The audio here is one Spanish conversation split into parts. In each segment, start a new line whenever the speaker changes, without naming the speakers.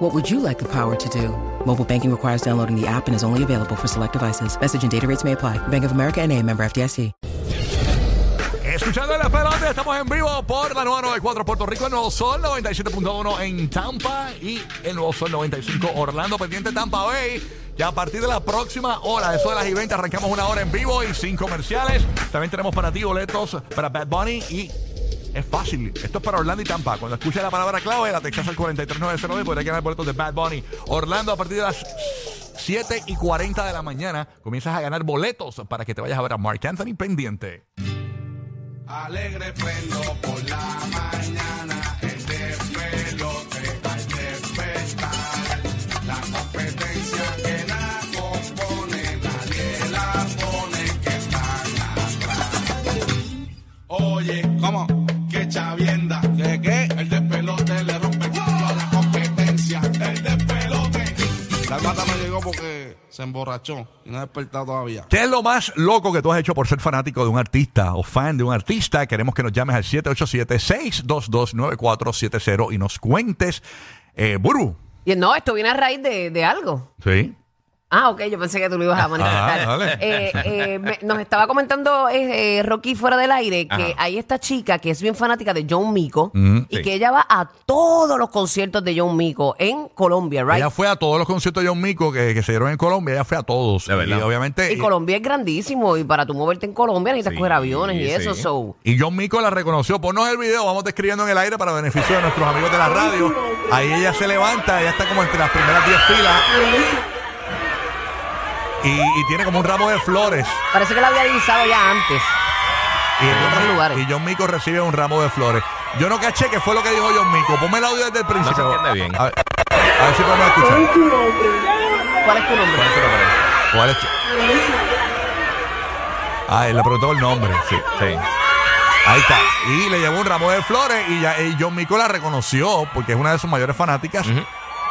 What would you like the power to do? Mobile banking requires downloading the app and is only available for select devices. Message and data rates may apply. Bank of America and a member FDIC.
Escuchando el esperante, estamos en vivo por la nueva 94 Puerto Rico, el Nuevo Sol 97.1 en Tampa y el Nuevo Sol 95 Orlando, pendiente Tampa Bay. Ya a partir de la próxima hora, eso de las y 20, arrancamos una hora en vivo y sin comerciales. También tenemos para ti boletos para Bad Bunny y es fácil. Esto es para Orlando y Tampa. Cuando escuches la palabra clave, la Texas al 43909 podrás ganar boletos de Bad Bunny. Orlando a partir de las 7 y 40 de la mañana comienzas a ganar boletos para que te vayas a ver a Mark Anthony pendiente.
Alegre prendo por la mañana, el despelote al despertar. La competencia que la compone, nadie la pone que están atrás. Oye, ¿cómo? Que chavienda. ¿Qué qué? El despelote le rompe el culo a la competencia. El despelote. La gata no llegó porque se emborrachó y no ha despertado todavía.
¿Qué es lo más loco que tú has hecho por ser fanático de un artista o fan de un artista? Queremos que nos llames al 787-622-9470 y nos cuentes. Eh, Buru.
Y No, esto viene a raíz de, de algo.
Sí.
Ah, ok, yo pensé que tú lo ibas a manifestar.
Ah, dale.
Eh, eh, me- nos estaba comentando eh, eh, Rocky fuera del aire que hay esta chica que es bien fanática de John Mico y
sí.
que ella va a todos los conciertos de John Mico en Colombia, ¿right?
Ella fue a todos los conciertos de John Mico que, que se dieron en Colombia. Ella fue a todos.
De verdad.
Y obviamente.
Y Colombia es grandísimo y para tú moverte en Colombia necesitas
Sí,
coger aviones y
sí.
eso, so.
y John Mico la reconoció. Ponnos el video, vamos describiendo en el aire para beneficio de nuestros amigos de la radio. Ahí ella se levanta, ella está como entre las primeras 10 filas. Y, y tiene como un ramo de flores.
Parece que la había divisado ya antes.
Y,
otros lugares.
y John Mico recibe un ramo de flores. Yo no caché que fue lo que dijo John Mico. Ponme el audio desde el principio.
entiende bien.
A ver, a ver si podemos escuchar.
¿Cuál es tu nombre?
¿Cuál es? Ah, él le preguntó el nombre. Sí.
Sí.
Ahí está. Y le llevó un ramo de flores y, ya, y John Mico la reconoció porque es una de sus mayores fanáticas.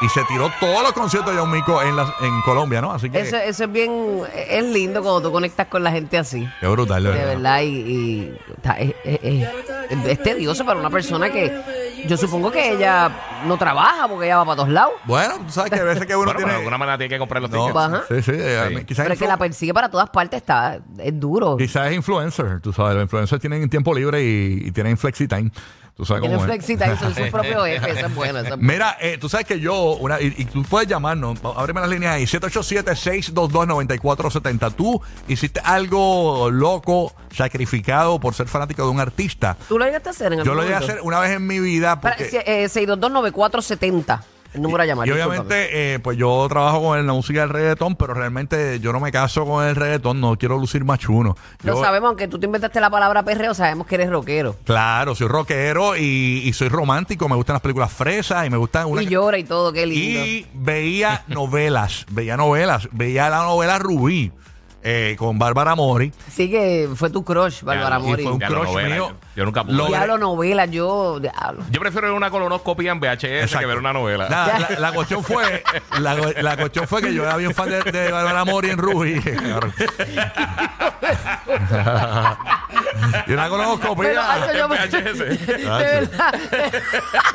Y se tiró todos los conciertos de John Mico en, las- en Colombia, ¿no? Así que.
Eso, eso es bien, es lindo cuando tú conectas con la gente así.
Qué brutal, de
De
verdad.
verdad, y, y está- es, es- es- es tedioso para una persona que yo supongo que ella no trabaja porque ella va para todos lados,
Bueno, tú sabes que a veces que uno
Bueno, pero de
tiene.
alguna manera tiene que comprar los
No,
tickets.
Ajá.
sí, sí, eh,
Sí.
Quizás
pero que la
influ-
persigue para todas partes está es duro.
Quizás es influencer, tú sabes, los influencers tienen tiempo libre y, y tienen flexi time. Tú sabes
Tienen
cómo es.
flexita y son sus propios jefes, eso es bueno. eso es bueno.
Mira, eh, tú sabes que yo, una- y, y tú puedes llamarnos, pa- ábreme las líneas ahí, 787-622-9470. Tú hiciste algo loco, sacrificado por ser fanático de un artista.
¿Tú lo llegaste a hacer en algún
Yo lo llegué a
momento?
hacer una vez en mi vida.
Para-
Porque,
si- eh, 6229470, el número a llamar.
y
discúlpame.
obviamente, eh, pues yo trabajo con la música del reggaetón, pero realmente yo no me caso con el reggaetón, no quiero lucir machuno.
Lo
Yo-
sabemos, aunque tú te inventaste la palabra perreo, sabemos que eres rockero.
Claro, soy rockero y, y soy romántico, me gustan las películas fresas y me gustan una
Y llora y todo, qué lindo.
Y veía novelas, veía novelas, veía la novela Rubí eh, con Bárbara Mori.
Así que fue tu crush, Bárbara
y
Y
Mori.
fue un
Diablo,
crush
novela,
mío.
yo- yo nunca pude.
Logré-
Diablo novela, yo diablo.
Yo prefiero ver una colonoscopia en VHS que
Exacto.
ver una novela.
Nada, La, la cuestión fue la, la cuestión fue que yo era bien fan de, de Bárbara Mori en Rubí. y una
Pero,
colonoscopía.
Hacho, yo me-
VHS.
de verdad,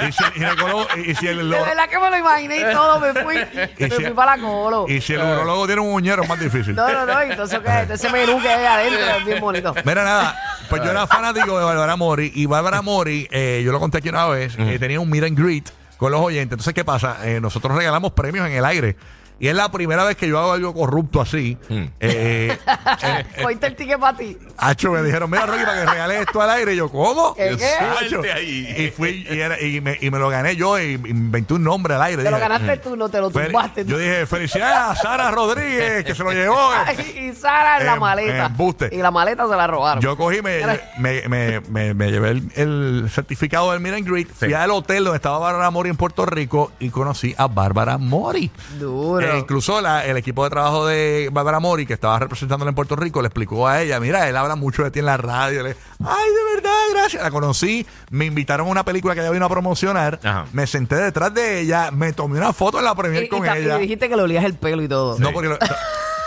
Y si, y la colo- y- y si el,
de verdad que me lo imaginé y todo, me fui, me
si-
fui para la colo.
y si el urologo tiene un muñero es más difícil.
No, no, no, y todo eso que todo ese menú que hay adentro es bien bonito.
Mira, nada, pues yo era fanático de Bárbara Mori y Bárbara Mori, eh, yo lo conté aquí una vez, eh, tenía un meet and greet con los oyentes. Entonces, ¿qué pasa? Eh, nosotros regalamos premios en el aire. Y es la primera vez que yo hago algo corrupto así. Eh, eh,
Cogiste el ticket para ti.
Hacho, me dijeron, mira, Rocky, para que regales esto al aire. Y yo, ¿cómo?
¿Qué, qué?
Hacho.
Suelte ahí.
Y, fui, y, era- y me, y me lo gané yo y inventé un nombre al aire.
Te lo
Dije,
ganaste tú, no te lo
fel-
tumbaste.
yo dije, felicidades a Sara Rodríguez, que se lo llevó.
Ay, y Sara en
Em,
la maleta.
embuste.
Y la maleta se la robaron.
Yo cogí, me, me, me, me- me llevé el, el certificado del Meet and Greet, fui al hotel donde estaba Bárbara Mori en Puerto Rico y conocí a Bárbara Mori.
Duro.
que
Seguro.
incluso la- el equipo de trabajo de Bárbara Mori, que estaba representándola en Puerto Rico, le explicó a ella, mira, él habla mucho de ti en la radio. Le- Ay, de verdad, gracias. La conocí, me invitaron a una película que ella vino a promocionar,
Ajá.
me senté detrás de ella, me tomé una foto en la
Y,
premier
y
con
ta- y
ella.
le dijiste que le olías el pelo y todo.
No, porque... lo- no,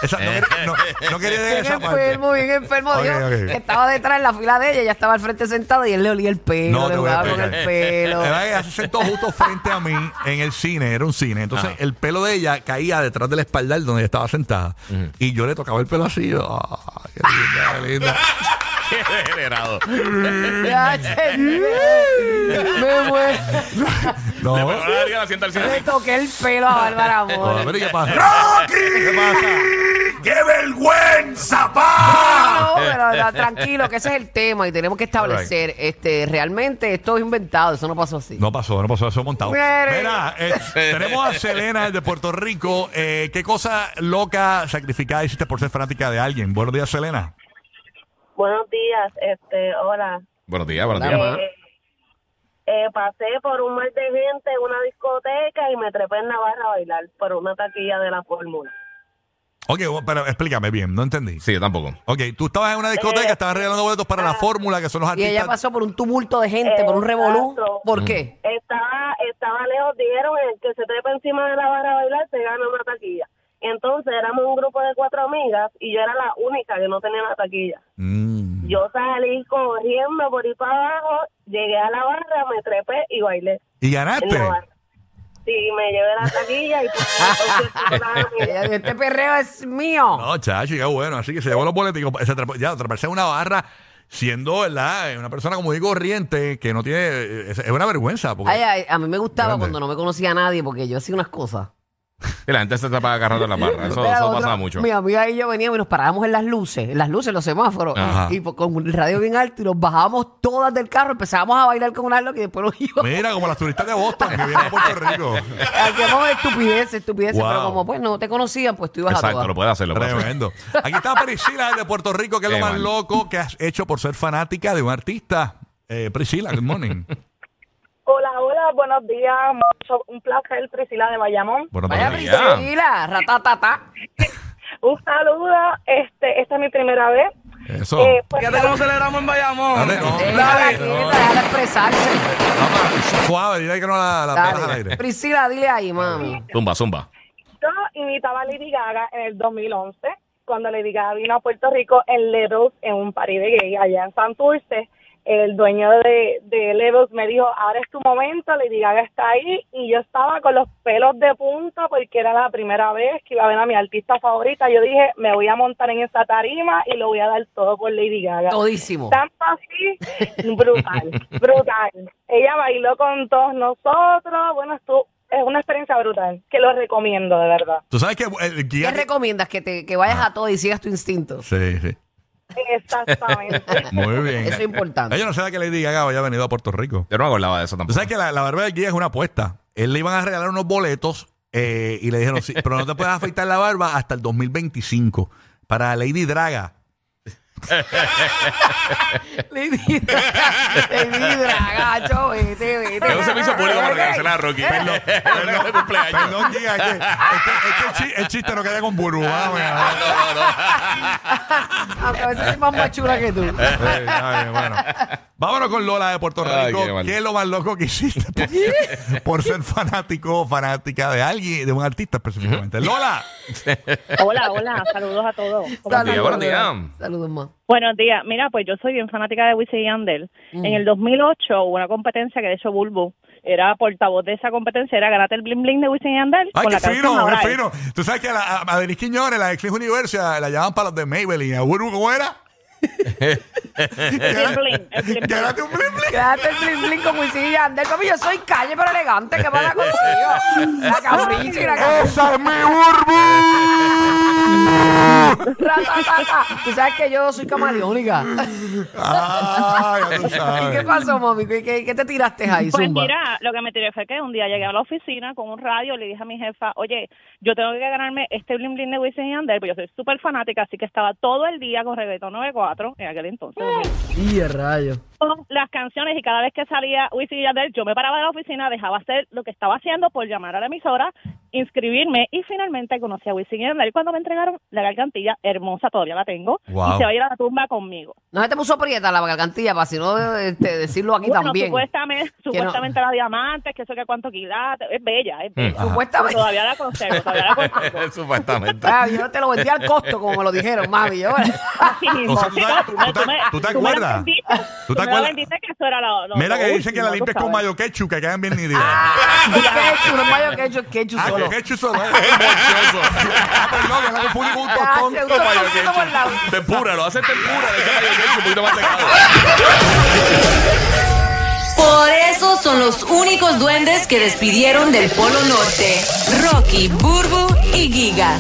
esa- no quería- no, no quería llegar a
Bien
esa parte.
enfermo, bien enfermo.
Ok,
Dios,
ok.
Estaba detrás en la fila de ella, ella estaba al frente sentada y él le olía el pelo,
No,
le
te voy a
jugaba con el
explicar.
pelo.
La verdad que ella se sentó justo frente a mí en el cine, era un cine. Entonces
Ajá.
el pelo de ella caía detrás del espaldar donde ella estaba sentada. Y yo le tocaba el pelo así. yo, "Ah, qué linda, qué linda".
Qué degenerado.
Ya, che, Me muero.
No,
Le pegó la nariz a la sienta al
Le
cine.
toqué el pelo a Bárbara
no,
Mori.
pero ¿y ¿qué pasa? ¡Rocky! ¿Qué pasa? ¡Qué vergüenza, pa!
No, pero no, tranquilo, que ese es el tema y tenemos que establecer, este, realmente esto es inventado, eso no pasó así.
No pasó, no pasó, eso es montado.
Mire.
Mira, eh, tenemos a Selena de Puerto Rico. Eh, ¿Qué cosa loca sacrificada hiciste por ser fanática de alguien? Buenos días, Selena.
Buenos días, este, hola.
Buenos días, buenos
Hola,
días.
ma.
Eh, eh, pasé por un mar de gente en una discoteca y me trepé en la barra a bailar por una taquilla de la fórmula.
Ok, pero explícame bien, no entendí.
Sí, yo tampoco.
Ok, tú estabas en una discoteca, estabas regalando boletos para la fórmula, que son los
Eh, ah, Y
artistas.
ella pasó por un tumulto de gente, por un revolú.
Exacto.
¿Por qué?
Estaba, estaba lejos, dijeron el que se trepa encima de la barra a bailar se gana una taquilla. Entonces éramos un grupo de cuatro amigas y yo era la única que no tenía la taquilla.
Mm.
Yo salí corriendo por ahí para abajo, llegué a la barra, me trepé y bailé.
Y
en la
ganaste.
barra. Sí, me llevé la taquilla y pues, entonces,
Ella dijo, este perreo es mío.
No, chacho, qué bueno. Así que se llevó los boleticos. Se atrapó- ya, atraparse en una barra siendo, ¿verdad? Eh, Una persona como muy corriente, que no tiene. eh, Es, es una vergüenza. Porque,
Ay, ay, a mí me gustaba
Grande.
cuando no me conocía a nadie porque yo hacía unas cosas.
Y la gente se estaba agarrando en la barra. Eso,
Mira,
eso
otro-
pasaba mucho.
Mi amiga y yo veníamos y nos parábamos en las luces, en las luces, en los semáforos,
Ajá.
y po- con el radio bien alto y nos bajábamos todas del carro, empezábamos a bailar con una loca y después nos íbamos.
Mira, como las turistas de Boston que vienen a Puerto Rico.
Hacíamos estupideces, estupideces,
Wow.
pero como pues no te conocían, pues tú ibas a
Exacto,
todas.
lo puede hacer, lo puede hacer.
Tremendo. Aquí está Priscila de Puerto Rico, que es lo
Qué
más
mal.
loco que has hecho por ser fanática de un artista. Eh, Priscila, good morning.
Hola, hola, buenos días. Mucho- Un placer, Priscila de Bayamón.
Buenos
Vaya
días.
María.
Priscila, ratatata.
Un saludo. Este, esta es mi primera vez.
Eso.
Eh, pues,
Dale, no,
Déjala
dale,
quieta,
no.
déjala expresarse.
Papá, Suave, dile que no la, la
eh, Dale.
metas al aire.
Priscila, dile ahí, mami.
Zumba, zumba.
yo imitaba a Lady Gaga en el 2011, cuando Lady Gaga vino a Puerto Rico en Levels, en un party de gay allá en Santurce. El dueño de, de Levels me dijo, ahora es tu momento, Lady Gaga está ahí. Y yo estaba con los pelos de punta porque era la primera vez que iba a ver a mi artista favorita. Yo dije, me voy a montar en esa tarima y lo voy a dar todo por Lady Gaga.
Todísimo.
Tan así, brutal, brutal. Ella bailó con todos nosotros. Bueno, estuvo- es una experiencia brutal, que lo recomiendo, de verdad.
Tú sabes que eh, el guía.
¿Qué recomiendas? Que, te, que vayas a todo y sigas tu instinto.
Sí, sí.
Exactamente.
Muy bien.
Eso es importante.
Yo no sabía que Lady Gaga había venido a Puerto Rico.
Yo no me acordaba de eso
Tú
tampoco.
sabes que la, la barba del guía es una apuesta. Él le iban a regalar unos boletos eh, y le dijeron, sí, pero no te puedes afeitar la barba hasta el 2025 para Lady Draga.
Lady Draga, Lady Draga, cho, vete, vete.
Es un servicio público para
Vete.
regalársela a Rocky. Perdón, perdón, cumpleaños.
Perdón, guía, es que, es que- es que el, chi- el chiste no queda con burbu. Ah, bueno.
No, no, no.
Aunque a veces soy más machura que tú.
Sí, Eh, está bien, bueno. Vámonos con Lola de Puerto
Ay,
Rico.
qué mal.
qué, es lo más loco que hiciste por, por ser fanático o fanática de alguien, de un artista específicamente? Lola.
Hola, hola, saludos a todos. ¿Cómo
Buenos días,
están?
buenos días.
Saludos, ma.
Buenos días. Mira, pues yo soy bien fanática de Wisin y Yandel.
Mm.
En el 2008 hubo una competencia que de hecho Bulbo era portavoz de esa competencia, era ganate el bling bling de Wisin y Yandel con
Ay, qué
la canción
fino,
Ahora
qué
es.
fino. Tú sabes que a, la, a, a Denise Quiñones, la ex Universidad, la llamaban para los de Maybelline. ¿A Burbu cómo era?
El bling, el bling.
Quédate un bling bling.
Quédate el bling bling con Wisin y Yandel. Papi, yo soy calle pero elegante. ¿Qué pasa contigo? La capricha y la capricha.
¡Esa es mi Burbu!
Tú sabes que yo soy camaleónica.
Ah, ya tú
¿Y qué
sabes.
pasó, mami? ¿Qué, qué, qué te tiraste ahí,
Pues
Zumba?
mira, lo que me tiré fue que un día llegué a la oficina con un radio, le dije a mi jefa, oye, yo tengo que ganarme este bling bling de Wisin y Yandel, pues yo soy súper fanática, así que estaba todo el día con Reggaetón 94 en aquel entonces.
Y el rayo.
las canciones y cada vez que salía Wisin y Yandel, yo me paraba de la oficina, dejaba hacer lo que estaba haciendo por llamar a la emisora, inscribirme y finalmente conocí a Wisin y Yandel cuando me entregaron la gargantilla hermosa, todavía la tengo,
Wow.
y se va a ir a la tumba conmigo.
No se te puso prieta la gargantilla para si no este, decirlo aquí
bueno,
también.
supuestamente, supuestamente la diamante, que eso que cuánto quilates, es bella,
Hmm.
es bella.
Supuestamente.
Todavía la conservo, todavía la conservo.
Supuestamente.
Ah, yo te lo vendí al costo, como me lo dijeron, mami. Yo, eh.
Así mismo.
O sea, ¿tú
Sí,
te-
no,
tú te-
me-
tú te
me lo
acuerdas?
vendiste,
¿Tú te
me lo
acuerdas?
vendiste que eso era lo- lo-
Mira
lo
que dicen que la
último, tú
limpias con
sabes.
mayo ketchup, que quedan bien nididas.
ah, ketchup, no mayo ketchup, ketchup
Ah,
solo.
con ketchup solo. Es bolchoso. Ah, perdón, que no confundí con un tostón.
Gracias, un
Mayo
tostoncito por el lado.
ketchup. Tempura, lo hace tempura. Le echa mayo ketchup, un poquito más secado.
Por eso son los únicos duendes que despidieron del Polo Norte. Rocky, Burbu y Giga.